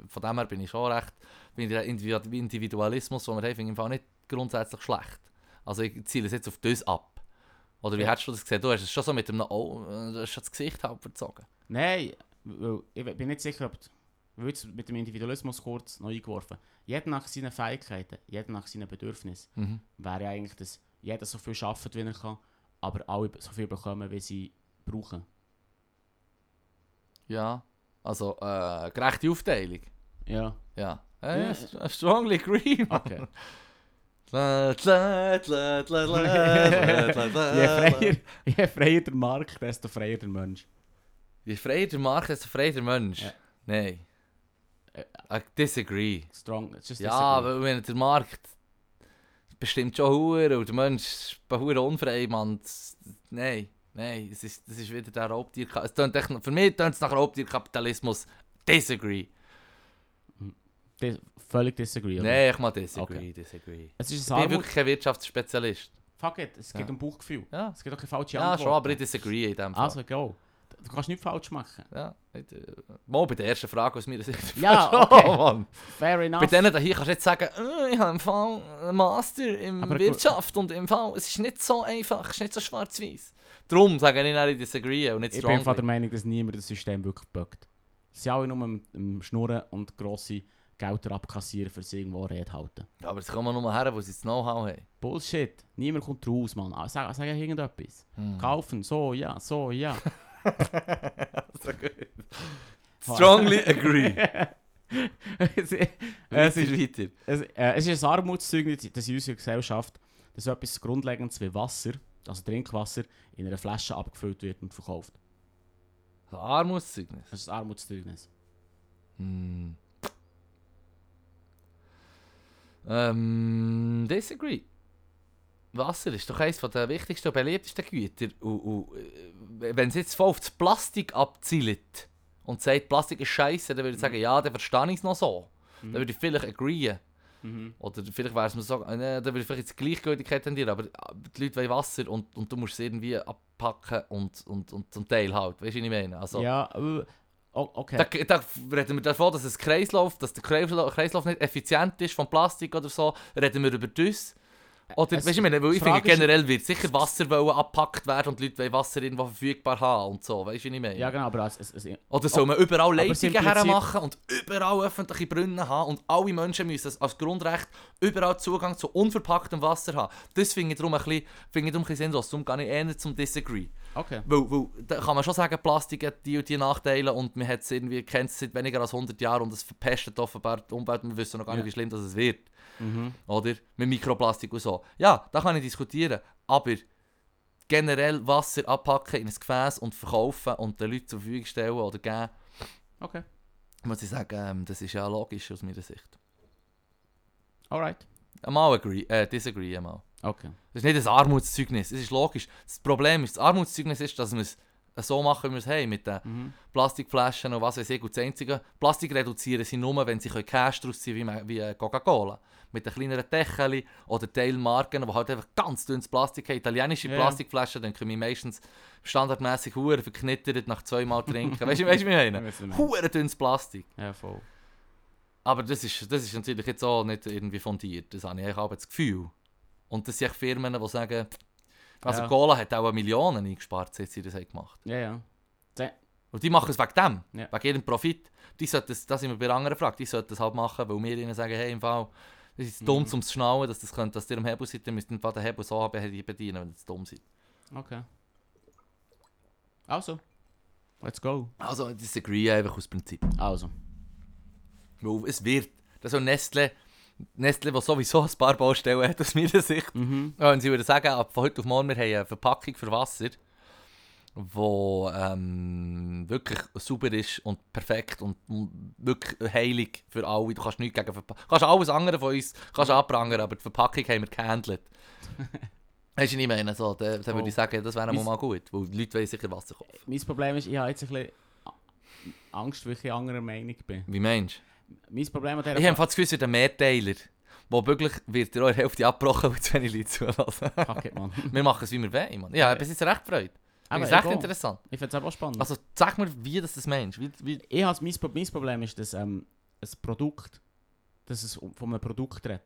B: von dem her bin ich schon recht, bin der Individu- Individualismus, den wir haben, finde ich im Fall nicht grundsätzlich schlecht. Also ich ziele es jetzt auf das ab. Oder wie
A: Ja.
B: hättest du das gesehen? Du hast es schon so mit dem oh, du hast schon das Gesicht halb verzogen.
A: Nein, weil ich bin nicht sicher, ob. Ich würde mit dem Individualismus kurz noch eingeworfen. Jeder nach seinen Fähigkeiten, jeder nach seinen Bedürfnissen. Wäre ja eigentlich, dass jeder so viel arbeitet, wie er kann, aber alle so viel bekommen, wie sie brauchen.
B: Ja, also äh, gerechte Aufteilung.
A: Ja,
B: Ja.
A: Ja.
B: Äh, s- I strongly agree. Mann.
A: okay.
B: Tla, tla, tla, tla, tla, tla, tla,
A: je,
B: tla, tla.
A: freier, je freier der Markt, desto freier der Mensch.
B: Je freier der Markt, desto freier der Mensch.
A: Ja. Äh,
B: Nein. I disagree.
A: Strong, it's just
B: Ja,
A: disagree.
B: weil wenn der Markt bestimmt schon Huren und der Mensch ist bei Huren unfrei, Mann. Das- Nein, nein, es ist, das ist wieder der Raubtier. Es tönt echt, für mich tönt es nach Raubtierkapitalismus. Disagree.
A: Dis völlig disagree. oder?
B: Nein, ich mal disagree,
A: Okay.
B: disagree.
A: Es ist
B: Ich
A: ein
B: bin
A: Armut.
B: wirklich kein Wirtschaftsspezialist.
A: Fuck it, es geht
B: Ja.
A: um Bauchgefühl.
B: Ja,
A: Es gibt auch keine falsche
B: ja
A: Antwort.
B: schon, aber ich disagree in dem Fall.
A: Also, go. Du kannst nichts falsch machen.
B: Ja, nicht, äh, mal bei der ersten Frage aus meiner Sicht.
A: Ja,
B: Schon,
A: okay.
B: Oh, Mann.
A: Fair enough.
B: Bei denen hier kannst du jetzt sagen, «Äh, ich habe im Fall einen Master in
A: Aber gut.
B: Wirtschaft und im Fall, es ist nicht so einfach, es ist nicht so schwarz-weiß. Darum sage ich dann, ich disagree und nicht
A: Ich bin von der
B: strongly.
A: Meinung, dass niemand das System wirklich böckt. Sie alle nur am, am Schnurren und grosse Gelder abkassieren, für sie irgendwo Rede halten.
B: Ja, aber das kommen nur her, wo sie das Know-how haben.
A: Bullshit. Niemand kommt raus, Mann. Ah, Sag, sag irgendetwas.
B: Hm.
A: Kaufen, so, ja, so, ja. Also
B: Strongly agree.
A: es, ist- es,
B: Es
A: ist,
B: ist weiter.
A: es, äh, es ist ein Armutszeugnis, dass in unserer Gesellschaft dass so etwas Grundlegendes wie Wasser, also Trinkwasser, in einer Flasche abgefüllt wird und verkauft.
B: Das Armutszeugnis.
A: Das ist ein Armutszeugnis.
B: Hm. Ähm, disagree. Wasser ist doch eines der wichtigsten und beliebtesten Güter. Und, und, äh, wenn es jetzt voll auf das Plastik abzielt und sagt, Plastik ist scheiße, dann würde ich sagen, ja, dann verstehe ich es noch so. Dann würde ich vielleicht agree.
A: Mhm.
B: Oder vielleicht wäre es mir so, äh, nee, dann würde ich vielleicht jetzt Gleichgültigkeit tendieren, aber äh, die Leute wollen Wasser und, und du musst es irgendwie abpacken und, und, und zum Teil halt. Weißt du, was ich meine? Also,
A: Ja, äh, o- okay.
B: da, da reden wir davon, dass es Kreislauf, dass der Kreislauf, Kreislauf nicht effizient ist von Plastik oder so. Reden wir über das. Oder,
A: Es-
B: weißt du, ich meine, weil ich
A: die Frage
B: finde, generell wird sicher Wasser wollen abgepackt werden und die Leute wollen Wasser irgendwo verfügbar haben und so. Weißt du, was ich meine?
A: ja, genau, aber es, es, es,
B: Oder soll man überall
A: Aber es
B: Leitungen
A: impliziert-
B: hermachen und überall öffentliche Brunnen haben und alle Menschen müssen es als Grundrecht überall Zugang Dus zu unverpacktem Wasser haben. Das finde ich darum ein bisschen, finde ich darum ein bisschen sinnlos. Darum gehe ich eher zum Disagree.
A: Okay.
B: Weil, weil, da kann man schon sagen, Plastik hat die und die Nachteile und man hat es irgendwie, kennt es seit weniger als 100 Jahren und es verpestet offenbar die Umwelt. Wir wissen noch gar nicht,
A: Ja.
B: wie schlimm das es wird.
A: Mhm.
B: Oder? Mit Mikroplastik und so. Ja, da kann ich diskutieren. Aber generell Wasser abpacken in ein Gefäß und verkaufen und den Leuten zur Verfügung stellen oder geben,
A: Okay.
B: muss ich sagen, ähm, das ist ja logisch aus meiner Sicht.
A: Alright.
B: Mal agree, äh, disagree mal.
A: Okay.
B: Das ist nicht ein Armutszeugnis, es ist logisch. Das Problem ist, das Armutszeugnis ist, dass wir es so machen, wie wir es haben, mit den
A: Mhm.
B: Plastikflaschen und was weiß ich. Und das Einzige, Plastik reduzieren sie nur, wenn sie können Cash draus ziehen wie, Ma- wie äh, Coca-Cola. Mit den kleineren Techeli oder Teilmarken, die halt einfach ganz dünnes Plastik haben. Italienische
A: Ja, ja.
B: Plastikflaschen, dann können wir meistens standardmäßig Huren verknittert nach zweimal trinken. weißt du, weißt du, wie ich meine?
A: weiss, was du meinst.
B: Huren dünnes Plastik.
A: Ja, voll.
B: Aber das ist, das ist natürlich jetzt auch nicht irgendwie fundiert. Das habe ich eigentlich auch das Gefühl. Und das sind echt Firmen, die sagen, also
A: Ja.
B: Cola hat auch Millionen eingespart, seit sie das haben gemacht
A: Ja, ja.
B: Und die machen es wegen dem,
A: Ja.
B: wegen ihrem Profit. Die sollten das, das sind wir bei einer anderen Frage, die sollten das halt machen, weil wir ihnen sagen, hey, im Fall, das ist dumm
A: Mhm.
B: zum Schnallen, dass, das könnt, dass ihr am Hebel seid, ihr müsst im Fall den Hebel so bedienen, wenn ihr zu dumm seid.
A: Okay. Also. Let's go.
B: Also, ich disagree einfach aus Prinzip.
A: Also.
B: Weil es wird, das ist auch Nestle, Nestle, das sowieso ein paar Baustellen hat aus meiner Sicht,
A: Mhm.
B: Ja, und sie würden sagen, ab von heute auf morgen, wir haben eine Verpackung für Wasser, wo ähm, wirklich super ist und perfekt und mm, wirklich heilig für alle. Du kannst nichts gegen Verpackung. kannst alles andere von uns kannst abprangern, aber die Verpackung haben wir gehandelt. Hast du nicht meine? So, dann dann würde
A: Oh.
B: ich sagen, das wäre
A: Mis-
B: mal gut, weil die Leute wollen sicher Wasser kaufen.
A: Mein Problem ist, ich habe jetzt ein bisschen Angst, weil ich anderer Meinung bin.
B: Wie meinst du?
A: Mein Problem an dieser
B: Ich habe fast das Gefühl, es wird ein Mehrteiler, wo wirklich wird dir auch die Hälfte abgebrochen, weil zu wenig Leute zulassen.
A: Kacke, Mann.
B: wir machen es, wie wir wollen, Mann. Ja, ich habe bis jetzt recht gefreut.
A: Aber
B: Das ist echt
A: egal.
B: interessant.
A: Ich finde es aber auch spannend.
B: Also sag mir, wie das das meinst. Wie, wie...
A: ich has, mein, Pro- mein Problem ist, dass ähm, ein Produkt, dass es um- von einem Produkt redet.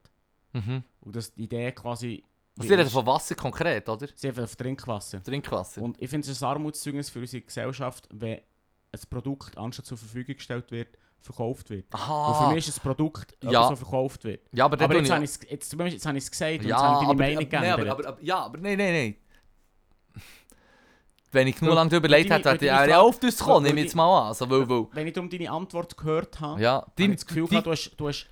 B: Mhm.
A: Und dass die Idee quasi.
B: Also, ihr redet von Wasser konkret, oder?
A: Sie haben auf Trinkwasser.
B: Trinkwasser.
A: Und ich finde es ist ein Armutszeugnis für unsere Gesellschaft, wenn ein Produkt, anstatt zur Verfügung gestellt wird, verkauft wird. Und für
B: Aha.
A: mich ist ein Produkt, das
B: Ah. Ja.
A: so verkauft wird.
B: Ja, aber, dann
A: Aber
B: tue
A: jetzt
B: ich-
A: habe ich es jetzt, zumindest jetzt habe ich's gesagt und
B: ja,
A: jetzt habe ich deine
B: aber,
A: Meinung
B: aber, nee,
A: geändert.
B: aber, aber, aber, Ja, aber nein, nein, nein. Wenn ich nur
A: Weil-
B: lange darüber überlegt
A: weil
B: hätte, hätte
A: die-
B: ich
A: weil die
B: ja auf das kommen.
A: weil
B: Nimm
A: die-
B: jetzt mal an. Also, weil, weil,
A: Wenn ich darum deine Antwort gehört habe,
B: ja,
A: habe
B: dein-
A: ich das Gefühl,
B: dein-
A: gehabt, du hast, du hast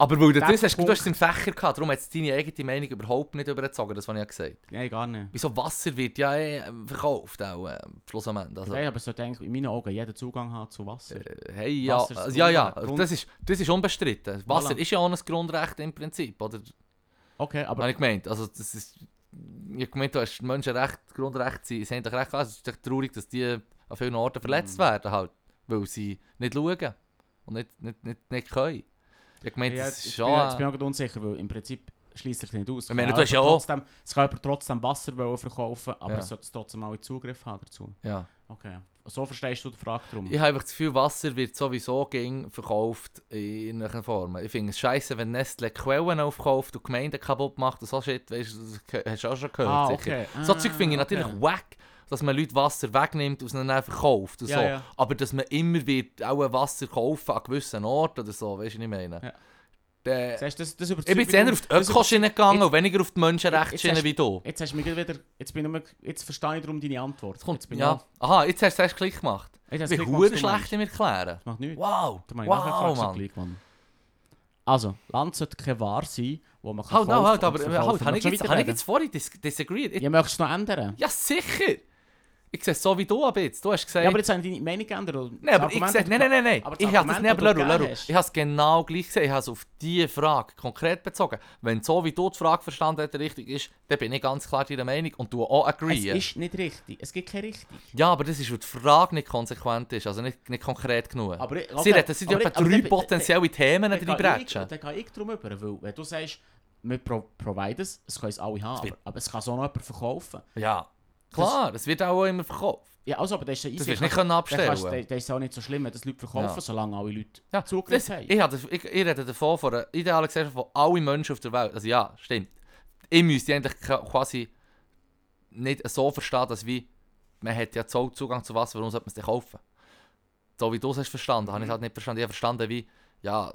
B: aber weil du das
A: der
B: hast, du
A: Punkt-
B: hast es im Fächer gehabt, darum hat es deine eigene Meinung überhaupt nicht überzogen, das, was ich ja gesagt habe.
A: Nein, gar nicht.
B: Wieso Wasser wird ja eh ähm, verkauft, auch äh, am Schluss am Ende. Also,
A: Nein, aber es sollte eigentlich in meinen Augen jeder Zugang haben zu Wasser.
B: Äh, Hey, ja,
A: Wasser ist
B: also,
A: das
B: ja, ja,
A: Grundrecht.
B: das ist, das ist unbestritten. Wasser
A: Voilà.
B: ist ja auch ein Grundrecht im Prinzip, oder?
A: Okay, aber
B: Habe ich gemeint. Also, das ist, ich habe gemeint, du hast Menschenrecht, Grundrecht, sie, sie haben doch recht gehabt. Es ist doch traurig, dass die an vielen Orten verletzt
A: Mhm.
B: werden, halt, weil sie nicht schauen und nicht, nicht, nicht, nicht können. Ich habe gemeint,
A: Ja,
B: das ist
A: ich
B: schon...
A: bin, jetzt bin ich auch gerade unsicher, weil im Prinzip schließt sich nicht aus. Es
B: Ich meine,
A: kann
B: du hast ja
A: jemand
B: auch-
A: trotzdem, Es kann jemand trotzdem Wasser wollen verkaufen, aber
B: Ja.
A: er sollte es trotzdem auch in Zugriff haben dazu.
B: ja.
A: Okay. So verstehst du die Frage drum.
B: Ich habe einfach das Gefühl, Wasser wird sowieso ging verkauft in irgendeiner Form. Ich finde es scheiße, wenn Nestle Quellen aufkauft und Gemeinden kaputt macht und so shit, weißt du, das geh- hast du auch schon gehört,
A: Ah,
B: sicher.
A: okay.
B: So
A: Ah,
B: Zeug finde ich
A: okay.
B: natürlich wack, dass man Leute Wasser wegnimmt und es dann einfach kauft und
A: Ja,
B: so.
A: ja.
B: Aber dass man immer wird auch ein Wasser kaufen an gewissen Orten oder so, weißt du, was ich meine?
A: Ja.
B: Dä-
A: Siehst, du, das, das
B: ich bin jetzt eher auf die Ökoschiene gegangen und weniger auf die
A: Jetzt
B: Menschenrechtsschiene
A: hast-
B: wie du.
A: Jetzt, hast du mich gerade wieder, jetzt, bin ich, mir- jetzt verstehe ich darum deine Antwort.
B: Jetzt kommt,
A: jetzt bin
B: ja. Aha, jetzt hast du es gleich gemacht.
A: ich, jetzt
B: Ich
A: hast
B: bin
A: du gleich gemacht,
B: verdammt
A: was du meinst.
B: schlecht im Erklären.
A: Das macht nichts.
B: Wow,
A: Da mache ich nachher
B: wow,
A: Quatsch, so
B: Mann.
A: gleich, Mann. Also, Land sollte keine Ware sein, wo man
B: Halt,
A: kaufen
B: halt, halt,
A: und
B: aber
A: verkaufen.
B: halt, habe
A: Möchtest
B: ich,
A: du
B: jetzt- habe ich
A: weiterreden?
B: jetzt vorhin dis disagreed? Ich,
A: Ja, möchtest du es noch ändern?
B: ja, sicher! Ich sehe es so wie du ab jetzt. Du hast gesagt...
A: Ja, aber jetzt habe ich deine Meinung geändert. und
B: nein, aber
A: das
B: ich
A: Argument,
B: sehe...
A: das du
B: Nein, nein, nein, nein.
A: aber das
B: Ich habe das
A: Argument,
B: nicht...
A: das du
B: Laru, Laru.
A: gegeben hast.
B: Ich habe es genau gleich gesehen. Ich habe es auf diese Frage konkret bezogen. Wenn so wie du die Frage verstanden hast, richtig ist, dann bin ich ganz klar deiner Meinung und du auch
A: Es
B: agree.
A: ist nicht richtig. Es gibt keine richtig.
B: Ja, aber das ist, weil die Frage nicht konsequent ist. Also nicht, nicht konkret genug.
A: Aber ich-
B: Sie
A: okay,
B: reden, es sind
A: aber
B: etwa
A: ich- aber
B: drei
A: dann-
B: potenzielle Themen, die
A: Dann gehe ich,
B: brätschen.
A: dann gehe ich drum über, weil wenn du sagst, wir pro providen es, es können es alle haben,
B: wird-
A: aber, aber es kann so noch jemand verkaufen.
B: Ja. Klar, es wird auch immer verkauft.
A: Ja, also, aber das ist ja easy.
B: Das wirst du
A: Dann
B: nicht können
A: kannst- dann kannst-
B: abstellen.
A: dann- dann ist es auch nicht so schlimm, wenn das Leute verkaufen,
B: Ja.
A: solange alle Leute
B: Ja,
A: Zugriff
B: das,
A: haben.
B: ich, hatte, ich, ich rede davon von einer idealen Gesellschaft, von alle Menschen auf der Welt. Also ja, stimmt. Ich müsste eigentlich ka- quasi nicht so verstehen, dass wie man hat ja so Zugang zu Wasser, warum sollte man es denn kaufen? So wie du es hast verstanden, habe ich es halt nicht verstanden. Ich habe verstanden wie, ja,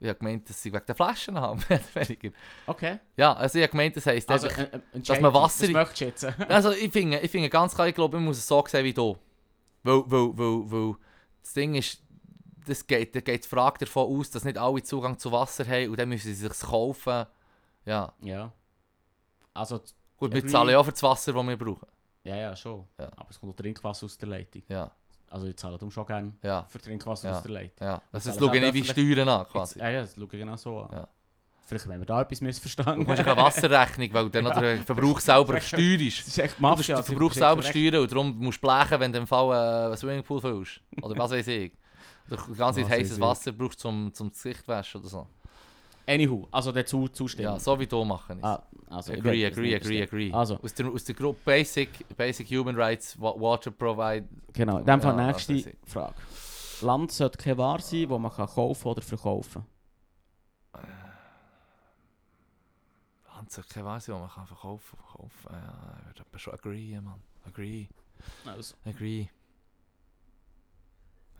B: Ich habe gemeint, dass sie wegen der Flaschen haben, mehr oder weniger.
A: Okay.
B: Ja, also ich habe gemeint, das heisst
A: Also,
B: einfach...
A: äh, äh,
B: dass man Wasser-
A: Das möchtest du jetzt. äh.
B: Also ich finde, ich finde ganz klar, ich glaube, man muss es so sehen wie du. Weil, weil, weil, weil das Ding ist, das geht, da geht die Frage davon aus, dass nicht alle Zugang zu Wasser haben und dann müssen sie sich kaufen. Ja,
A: ja. Also,
B: gut, wir
A: Agree.
B: zahlen ja auch für das Wasser, das wir brauchen.
A: ja, ja, schon.
B: Ja.
A: Aber es kommt auch Trinkwasser aus der Leitung.
B: Ja,
A: Also, ich zahle darum schon gerne
B: ja,
A: für Trinkwasser
B: Ja.
A: aus der Leitung.
B: ja.
A: zahlen
B: Also jetzt schaue ich nicht wie
A: öffentlich-
B: Steuern an,
A: Jetzt,
B: quasi.
A: ja, ja, das schaue ich genau so an.
B: Ja.
A: Vielleicht haben wir da etwas missverstanden.
B: Du hast keine Wasserrechnung, weil dann noch der Verbrauch selber
A: Das ist-
B: Steuer ist.
A: Das ist echt
B: Du musst
A: Mafia.
B: den
A: das ist-
B: Verbrauch
A: das ist
B: selber
A: echt-
B: steuern und darum musst du blechen, wenn du im Fall äh, einen Swimmingpool füllst. Oder was weiß ich. Du die ganze
A: Was
B: Zeit
A: weiß
B: heißes
A: ich.
B: Wasser brauchst zum, zum das Gesicht waschen oder so.
A: Anywho, also dazu zustimmen.
B: Ja, so wie du machen ist.
A: Ah, also, ich
B: agree,
A: werde das
B: agree,
A: nicht
B: agree,
A: verstehen.
B: agree.
A: Also,
B: Aus der, aus der Gruppe Basic, Basic Human Rights, Wa- Water Provide.
A: genau. In dem Fall
B: Ja, also was weiß
A: nächste Frage. Land sollte keine Ware sein, die man kann kaufen oder verkaufen
B: Hans, keine Ahnung, wo man kann verkaufen verkaufen. eh, Ja, ich würde aber schon agree, Mann. Agree,
A: kann. Also,
B: agree.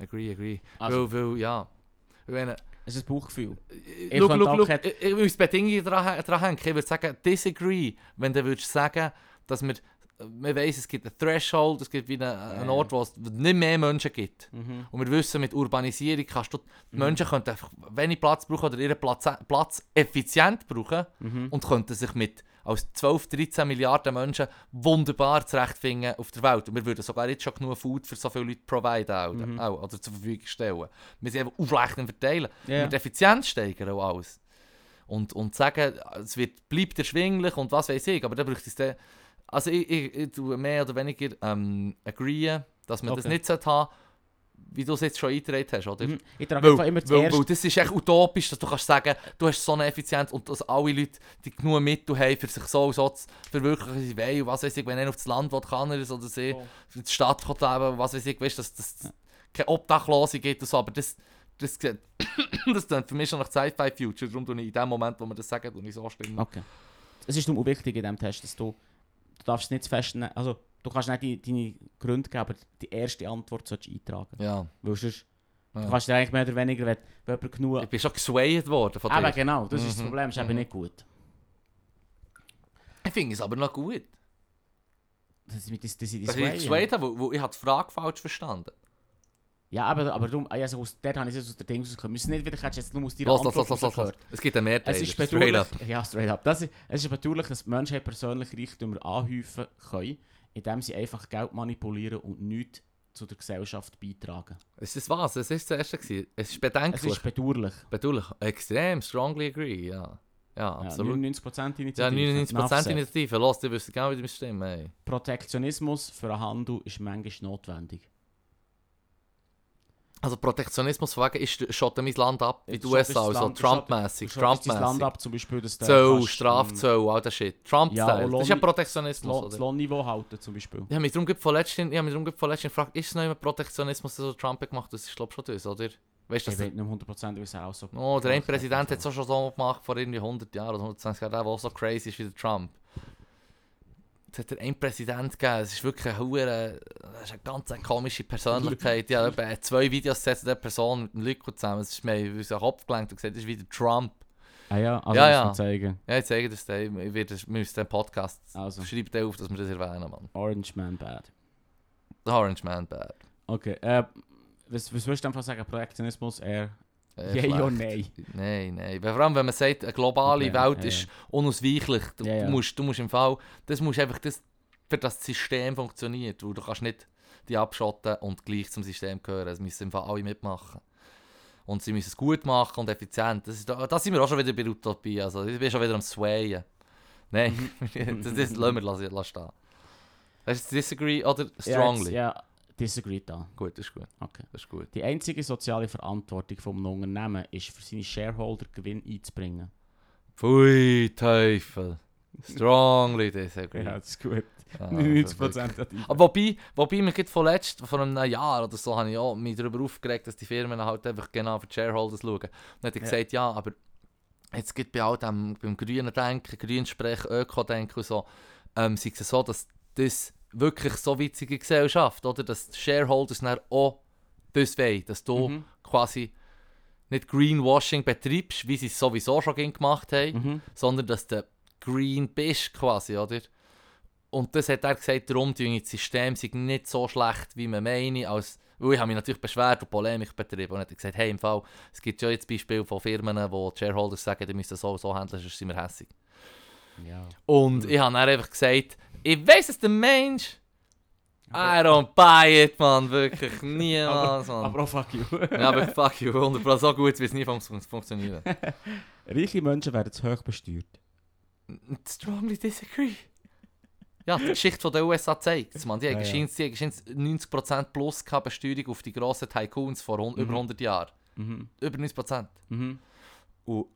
B: Agree, agree.
A: also
B: Weil, weil, ja. Ich meine,
A: es ist ein Bauchgefühl.
B: Ich look,
A: könnte
B: look,
A: auch
B: look,
A: kein-
B: ich, ich muss Bedingungen dran, dran hängen. Ich würde sagen, disagree, wenn du würdest sagen, dass wir, wir weiss, es gibt einen Threshold, Dus es gibt wie einen, einen
A: Ja.
B: Ort, wo es nicht mehr Menschen gibt.
A: Mhm.
B: Und wir wissen, mit Urbanisierung kannst du, die
A: Mhm.
B: Menschen könnten einfach wenig Platz brauchen oder ihren Platz, Platz effizient brauchen
A: Mhm.
B: und könnten sich mit als 12, 13 Milliarden Menschen wunderbar zurechtfinden auf der Welt. Und wir würden sogar jetzt schon genug Food für so viele Leute providen auch,
A: Mhm.
B: auch, oder zur Verfügung stellen. Wir sind einfach auflechend verteilen
A: Ja, ja.
B: mit Effizienz steigern und alles. Und, und sagen, es wird, bleibt erschwinglich und was weiß ich, aber da bräuchte es dann... Also ich, ich, ich tue mehr oder weniger ähm, agree, dass man das
A: Okay.
B: nicht sollte haben wie du es jetzt schon eingetragen hast, oder?
A: Mhm. Ich trage
B: Weil,
A: einfach immer
B: weil,
A: zuerst.
B: weil das ist echt utopisch, dass du kannst sagen, du hast so eine Effizienz und dass alle Leute die genug Mittel haben, für sich so und so zu verwirklichen, was sie wollen und was weiß ich, wenn einer auf das Land will, kann er es oder sie
A: Oh.
B: in die Stadt kommt leben und was weiß ich, weißt, dass dass es keine Obdachlose gibt und so, aber das, das, sieht- das klingt für mich schon nach Sci-Fi-Future, darum tue ich in dem Moment, wo wir das sagen, tue ich so stimmen.
A: Okay. Es ist nur wichtig in diesem Test, dass du, du darfst nicht festnehmen, also du kannst nicht die, deine Gründe geben, aber die erste Antwort sollst du eintragen.
B: Ja,
A: Weil sonst,
B: Ja.
A: du kannst dir eigentlich mehr oder weniger, wenn, wenn jemand genug...
B: ich bin schon geswayed worden von
A: Eben
B: dir.
A: genau, das ist das
B: Mhm.
A: Problem, ist eben
B: Mhm.
A: nicht gut.
B: Ich finde es aber noch gut,
A: Das ist mit das, das, das
B: dass ich geswayed habe, weil, weil ich habe die Frage falsch verstanden.
A: Ja, aber, aber darum, also aus, dort habe ich es aus der Dings rausgehört. Wir müssen nicht wieder, kannst jetzt nur aus deiner
B: Los, los,
A: Antwort
B: los, los, los, los.
A: rausgehört.
B: Es gibt einen Mehrteil.
A: Es ist
B: straight
A: bedauerlich,
B: up.
A: ja, straight up. Das ist, es ist bedauerlich, dass Menschen persönliche Reichtümer anhäufen können, indem sie einfach Geld manipulieren und nichts zu der Gesellschaft beitragen.
B: Es ist was, es ist das erste gewesen. Es ist bedenklich.
A: Es ist bedauerlich.
B: Bedauerlich. Extrem, strongly agree, ja. Ja,
A: Ja,
B: absolut.
A: 99% Initiative.
B: Ja, 99%
A: Nachsehen.
B: Initiative. Los, die wissen genau, wie die stimmen. Ey.
A: Protektionismus für einen Handel ist manchmal notwendig.
B: Also Protektionismus von wegen, ich schotte mein Land ab, wie
A: Ja,
B: die
A: du schottest
B: USA,
A: das
B: also
A: Land- du schott-
B: Trump-mässig,
A: Du schaust dein Land
B: Trump-mässig.
A: ab, zum Beispiel, dass du
B: Zoll,
A: kannst, ähm,
B: Strafzoll, all das Shit.
A: Ja,
B: Trump-Style.
A: und
B: das ist
A: Lohn-
B: ja
A: das
B: Protektionismus,
A: Lo-
B: oder?
A: Das Lohnniveau halten, zum Beispiel.
B: Ich habe mich darum gerade von letztem- ich habe mich darum gerade von letztem gefragt, ist es noch immer Protektionismus, das Trump hat gemacht hat? Das ist, glaube ich, schon das, oder? Weißt du,
A: Ich
B: das
A: weiß nicht 100% wie es auch so
B: Oh, der eine
A: gemacht hat,
B: Präsident hat
A: also.
B: es auch schon so gemacht vor irgendwie 100 Jahren oder 120 Jahren, der, der auch so crazy ist wie der Trump. Es hat der einen Präsident gegeben, es ist wirklich ein Hure, das ist eine ganz eine komische Persönlichkeit. Ich habe etwa zwei Videos gesetzt zu dieser Person mit dem Lyko zusammen, es ist mir in unseren Kopf gelenkt und gesagt, das ist wie der Trump.
A: Ah ja, also
B: Ja,
A: muss
B: ja.
A: man zeigen.
B: Ja, ich zeige das dir, ich werde, wir müssen den Podcast,
A: Also,
B: schreibt den auf, dass wir das erwähnen, Mann.
A: Orange Man Bad.
B: The Orange Man Bad.
A: Okay, äh, was, was würdest du einfach sagen? Projektionismus eher
B: Äh,
A: yay oder
B: schlecht.
A: nein?
B: Nein, nein. Weil Vor allem, wenn man sagt, eine globale
A: Okay,
B: Welt
A: ja,
B: ist unausweichlich. Du,
A: Ja, ja.
B: Du, musst, du musst im Fall, das musst einfach das, für das das System funktioniert. Weil du kannst nicht die abschotten und gleich zum System gehören. Es müssen im Fall alle mitmachen. Und sie müssen es gut machen und effizient. Das, ist, da sind wir auch schon wieder bei der Utopie. Also, ich bin schon wieder am Swayen. Nein, das, das lassen wir lassen, lassen stehen. Hast du disagree oder strongly?
A: Ja, jetzt, ja disagree da.
B: Gut, das ist gut.
A: Okay.
B: Das ist gut.
A: Die einzige soziale Verantwortung vom Unternehmen ist, für seine Shareholder Gewinn einzubringen.
B: Pfui, Teufel. Strongly disagree.
A: das ist gut.
B: Ah, also wirklich.
A: 90% hat die-
B: Aber wobei, wobei mich gerade vor, letzt, vor einem Jahr oder so habe ich auch mich darüber aufgeregt, dass die Firmen halt einfach genau für die Shareholders schauen. Und dann habe ich
A: Ja.
B: gesagt, ja, aber jetzt gibt bei all dem, beim grünen Denken, grünen Sprechen, Öko-Denken und so, ähm, sei es so, dass das wirklich so witzige dus Gesellschaft, oder? Dass die Shareholders dann auch das wollen, dass du
A: Mhm.
B: quasi nicht Greenwashing betreibst, wie sie es sowieso schon gern gemacht haben,
A: Mhm.
B: sondern dass du green bist quasi, oder? Und das hat er gesagt, darum die das System sei nicht so schlecht, wie man meine, als weil ich habe mich natürlich beschwert und Polemik betrieben und hat er gesagt, hey, im Fall, es gibt ja jetzt Beispiele von Firmen, wo die Shareholders sagen, die müssen so und so handeln, sonst sind wir hässig.
A: Ja.
B: Und ich habe dann einfach gesagt, ich weiß es der Mensch, I don't buy it, man, wirklich, niemals, man.
A: Aber auch fuck you.
B: ja, aber fuck you, 100%, so gut, wie es nie fun- fun- funktioniert.
A: Reiche Menschen werden zu hoch besteuert.
B: Strongly disagree. Ja, die Geschichte von der USA zeigt es. Die haben
A: Ja, ja.
B: gescheinst die haben gescheinst 90% plus gehabt Besteuerung auf die grossen Tycoons vor hund- über
A: Mhm.
B: 100 Jahren.
A: Mhm.
B: Über 90%.
A: Mhm.
B: Und,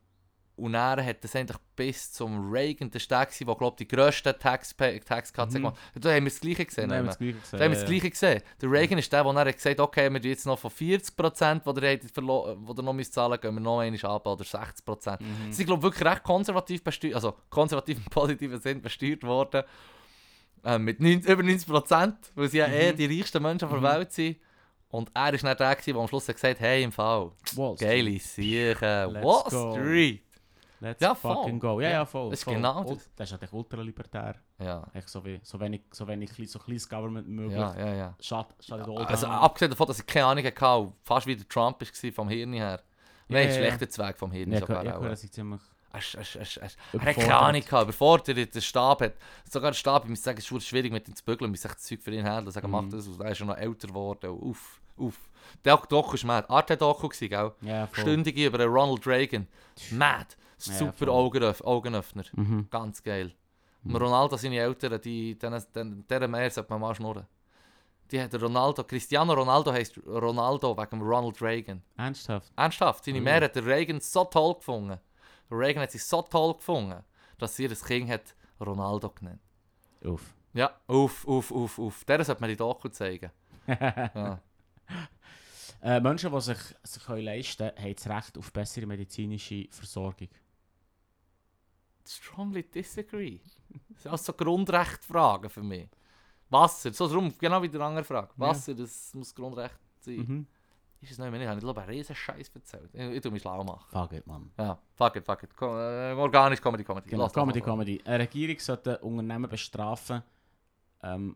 B: und dann hat das eigentlich bis zum Reagan, der Staat war, der, glaube ich, die grössten Taxpa- Tax-Cuts
A: Mhm.
B: gemacht hat. Da haben wir das Gleiche gesehen.
A: Nein, wir haben
B: Nehmen.
A: das Gleiche gesehen.
B: Da haben wir das Gleiche gesehen. Der Reagan ist der, der dann gesagt hat, okay, wir tun jetzt noch von 40%, die ihr, hättet verlo- wo ihr noch müsst zahlen müsst, gehen wir noch einmal ab oder 60%.
A: Mhm.
B: Sie sind, glaube wirklich recht konservativ besteuert, also konservativ im positiven Sinn besteuert worden. Ähm, mit 90, über 90 Prozent, weil sie ja eh die reichsten Menschen auf
A: Mhm.
B: der Welt sind. Und er war nicht der, gewesen, der am Schluss hat gesagt hat, hey, im Fall,
A: Wall Street.
B: geile Sieche,
A: Let's
B: Wall
A: go.
B: Street.
A: Let's
B: Ja, voll.
A: fucking go. Ja,
B: Ja,
A: ja, voll.
B: das ist
A: voll.
B: genau
A: Und
B: das.
A: Das ist natürlich ultralibertär.
B: Ja,
A: Echt so, wie, so wenig, so wenig, kle- so kleines Government möglich.
B: ja, ja. ja.
A: Shut, shut it all down.
B: Also abgesehen davon, dass ich keine Ahnung hatte, und fast wie der Trump war vom Hirn her.
A: Ja,
B: Nein,
A: ja, ja.
B: schlechter Zweig vom Hirn
A: ja, ich
B: sogar
A: ich
B: auch.
A: höre, dass ich ziemlich...
B: Asch, asch, asch, asch. Er hat
A: Überfordert.
B: keine Ahnung gehabt, überfordert, der Stab hat. Sogar der Stab, ich muss sagen, es ist verdammt schwierig mit ihm zu bügeln, muss ich das Zeug für ihn handeln, sagen, mach
A: Mhm.
B: das, und er ist schon noch älter geworden, und uff, uff. Der Doku ist mad, Arte Doku war, gell?
A: Ja, voll.
B: Stündige über den Ronald Reagan, mad, super
A: voll.
B: Augenöff Augenöffner,
A: Mhm.
B: ganz geil.
A: Mhm.
B: Und Ronaldo, seine Eltern, die, denen, denen, deren mehr sollte man mal schnurren. Die hat Ronaldo, Cristiano Ronaldo heisst Ronaldo wegen Ronald Reagan.
A: Ernsthaft?
B: Ernsthaft, seine
A: Mhm.
B: Mär hat den Reagan so toll gefunden. Der Reagan hat sich so toll gefunden, dass sie das Kind hat Ronaldo genannt.
A: Uff.
B: Ja, uff, uff, uff, uff. Der sollte man die Doku zeigen.
A: Eh,
B: Ja.
A: Äh, Menschen, die sich, sich können leisten können, haben das Recht auf bessere medizinische Versorgung.
B: Strongly disagree. Das sind alles so Grundrechtfragen für mich. Wasser, so drum, genau wie die andere Frage. Wasser, das muss Grundrecht sein.
A: Mhm.
B: Ist es noch immer nicht? Ich glaube, einen riesen Scheiß erzählt. Ich, ich tu mich schlau machen.
A: Fuck it, Mann.
B: Ja, fuck it, fuck it. Kom äh, organisch Comedy, Comedy.
A: Genau,
B: Lass das
A: Comedy,
B: mal.
A: Comedy. Eine Regierung sollte Unternehmen bestrafen, ähm,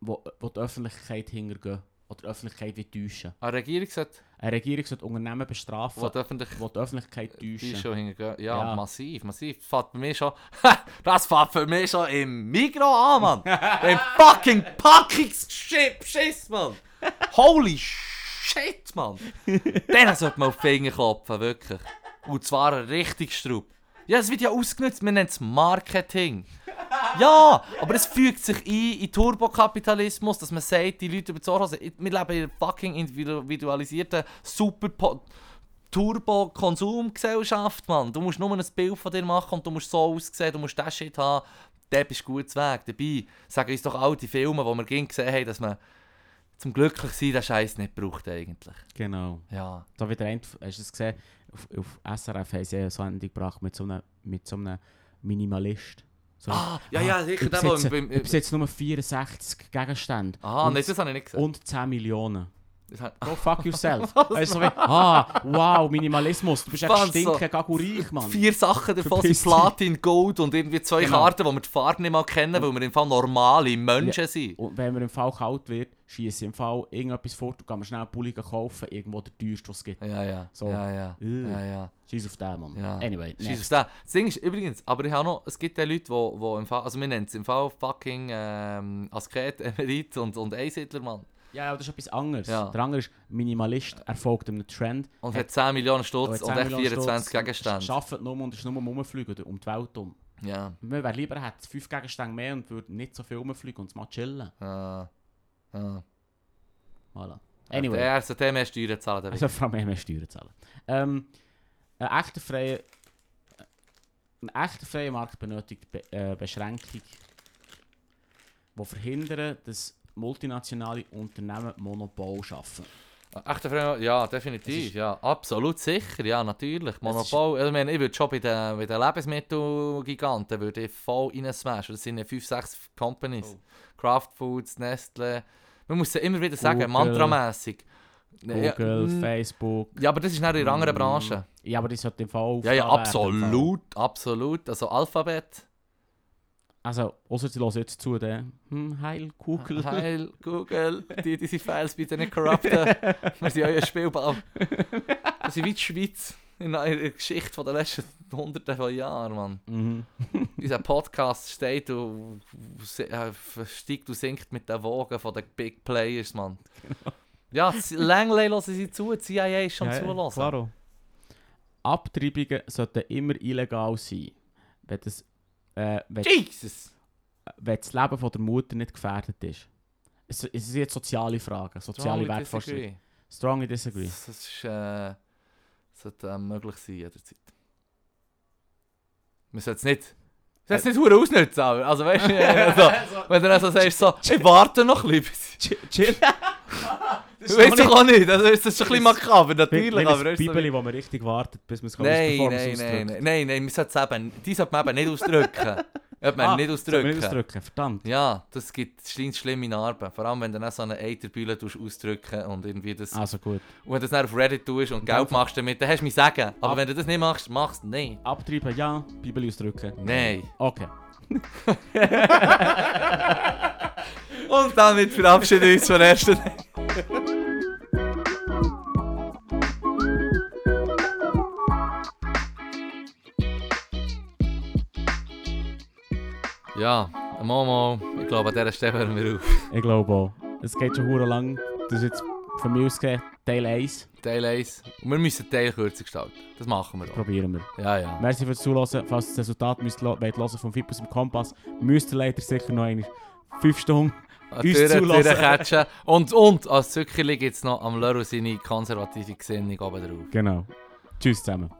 A: wo, wo die Öffentlichkeit hintergehen oder die Öffentlichkeit wie täuschen.
B: Eine Regierung sollte,
A: Eine Regierung sollte Unternehmen
B: wo
A: bestrafen,
B: die öffentlich
A: wo die Öffentlichkeit
B: Die ist
A: täuschen.
B: schon hingegen. Ja,
A: Ja.
B: massiv, massiv. Fährt bei mir schon. das fährt für mich schon im Migro an, Mann. Im fucking Packungsschip, Schiss, Mann. Holy shit, Mann. Den sollte man auf die Finger klopfen, wirklich. Und zwar richtig Strub. Ja, es wird ja ausgenutzt, wir nennen es Marketing. Ja, aber es fügt sich ein in Turbokapitalismus, dass man sagt, die Leute über die Ohren, wir leben in einer fucking individualisierten, super po- Turbo-Konsumgesellschaft, Mann. Du musst nur ein Bild von dir machen und du musst so aussehen, du musst das Shit haben. Der bist du gut zu Weg. Dabei sagen uns doch all die Filme, die wir gern gesehen haben, dass man zum Glücklichsein den Scheiß nicht braucht eigentlich.
A: Genau.
B: Ja.
A: Da wieder ein, hast du es gesehen? Auf, auf SRF haben sie eine Sendung gebracht mit so einem, mit so einem Minimalist. So,
B: Ah, ja, ja, sicher,
A: ich
B: der, der
A: besitze-
B: im- Ah, im-
A: Ich besitze nur 64 Gegenstände
B: Aha,
A: und,
B: nein, das habe ich nicht gesehen.
A: und 10 Millionen.
B: Das hat-
A: Go fuck yourself. weißt du, so wie, ah, wow, Minimalismus, du bist echt
B: Mann, so-
A: stinkend gagureich, Mann.
B: Vier Sachen davon
A: Verpiss
B: sind
A: dich.
B: Platin, Gold und irgendwie zwei
A: Oh. Genau.
B: Karten, die wir die Farbe nicht mal kennen, weil wir im Fall normale Menschen sind.
A: Und wenn mir im Fall kalt wird, schieße im Fall irgendetwas fort und kann man schnell einen Pulli kaufen, irgendwo der teuerste, was es gibt.
B: Ja, ja.
A: So.
B: Ja, ja.
A: Äh.
B: Ja, ja.
A: Scheiß auf den, Mann.
B: Ja.
A: Anyway, next.
B: Scheiss auf den. Das Ding ist übrigens, aber ich habe noch, es gibt ja Leute, wo, wo im Fall, also wir nennen es im Fall fucking ähm, Asket, Emerit und, und Einsiedler, Mann.
A: Ja, aber das ist etwas anderes.
B: Ja.
A: Der andere ist Minimalist, er folgt einem Trend.
B: Und hat 10 Millionen Stutz und
A: hat 10
B: echt
A: Millionen
B: 24
A: Stutz,
B: Gegenstände.
A: Arbeitet nur und ist nur am rumfliegen oder um die Welt um.
B: Ja,
A: Man wäre lieber, hat fünf Gegenstände mehr und würde nicht so viel rumfliegen und es mal chillen.
B: ja. ja.
A: Voilà.
B: Der
A: Anyway,
B: erste Thema ist Steuern zahlen. der
A: also vor allem mehr Steuern zahlen. Ähm, ein echter freier ein echter freier Markt benötigt Be äh, Beschränkung, die verhindern, dass multinationale Unternehmen Monopol schaffen.
B: Echte Fremde, ja,
A: Es
B: definitiv.
A: ist-
B: Ja, absolut sicher, ja, natürlich. Monopol, ich meine, ich würde schon bei den, bei den Lebensmittelgiganten würde ich voll reinsmashen. Das sind ja 5, 6 Oh. Companies. Kraft Foods, Nestle. Man muss ja immer wieder sagen,
A: Google.
B: mantramässig. Ja, ja,
A: Google,
B: mm.
A: Facebook.
B: Ja, aber das ist nicht in anderen
A: Mm.
B: Branchen.
A: Ja, aber die sollte im Fall
B: Ja, ja,
A: aufgetan werden, im Fall.
B: absolut, absolut. Also Alphabet,
A: Also, außer sie hören jetzt zu, dann. Hm, heil, Google.
B: Heil, Google, die diese Files bitte nicht corrupten. Wir sind euer Spielball. Wir sind wie die Schweiz in einer Geschichte von den letzten hunderten von Jahren, Mann.
A: Mhm.
B: Unser Podcast steht und äh, steigt und sinkt mit den Wogen von den Big Players, Mann. Ja, das Langley hören sie zu, die CIA ist schon
A: Ja, ja,
B: zulassen.
A: klaro. Abtreibungen sollten immer illegal sein, wenn das, äh, wenn,
B: Jesus!
A: wenn das Leben von der Mutter nicht gefährdet ist. Es, es sind jetzt soziale Fragen, soziale
B: Strongly
A: Wertvorstellungen.
B: disagree.
A: Strongly disagree.
B: Das, das ist, äh, sollte ähm, möglich sein jederzeit. Man sollte es nicht. Man sollte es nicht hure ausnutzen, aber. Also weißt du, äh, so, wenn du dann so sagst, so, ich warte noch ein bisschen.
A: Chill.
B: Weißt du auch nicht, also, ist das ist ein bisschen makaber, natürlich. Aber,
A: Eine
B: weißt du, so
A: Bibel, wo man richtig wartet, bis man es kann
B: nein,
A: bevor man es
B: nein, nein,
A: ausdrückt.
B: nein, nein, nein, man sollte es eben, die sollte man eben nicht ausdrücken. Sollte man
A: Ah,
B: nicht
A: Sollte man nicht
B: ausdrücken.
A: ausdrücken, verdammt.
B: Ja, das gibt schlimm schlimme Narben. Vor allem, wenn du dann so eine Eiterbühle ausdrücken und irgendwie das
A: Also gut.
B: Und wenn du das dann auf Reddit tust und
A: dann-
B: Geld machst damit, dann hast du mich sagen. Aber
A: Ab-
B: wenn du das nicht machst, machst du nicht.
A: Abtreiben ja, Bibel ausdrücken.
B: Nein.
A: Okay.
B: Und damit verabschieden wir uns von der ersten. ja, Momo, ich glaube, an dieser Stelle hören wir auf.
A: Ich glaube auch. Es geht schon hure lang. Das ist jetzt von mir aus gesehen Teil 1.
B: Teil 1. Und wir müssen Teil kürzer gestalten. Das machen wir auch.
A: Probieren wir.
B: Ja, ja.
A: Merci fürs Zuhören. Falls ihr das Resultat müsst lo- wollt hören vom Fipus im Kompass, müsst ihr leider sicher noch eine 5 Stunden.
B: An
A: Uns
B: die Türen-
A: zulassen.
B: Türen catchen. Und, und als Zückerli gibt es noch am Lörl seine konservative Gesinnung oben drauf.
A: Genau. Tschüss zusammen.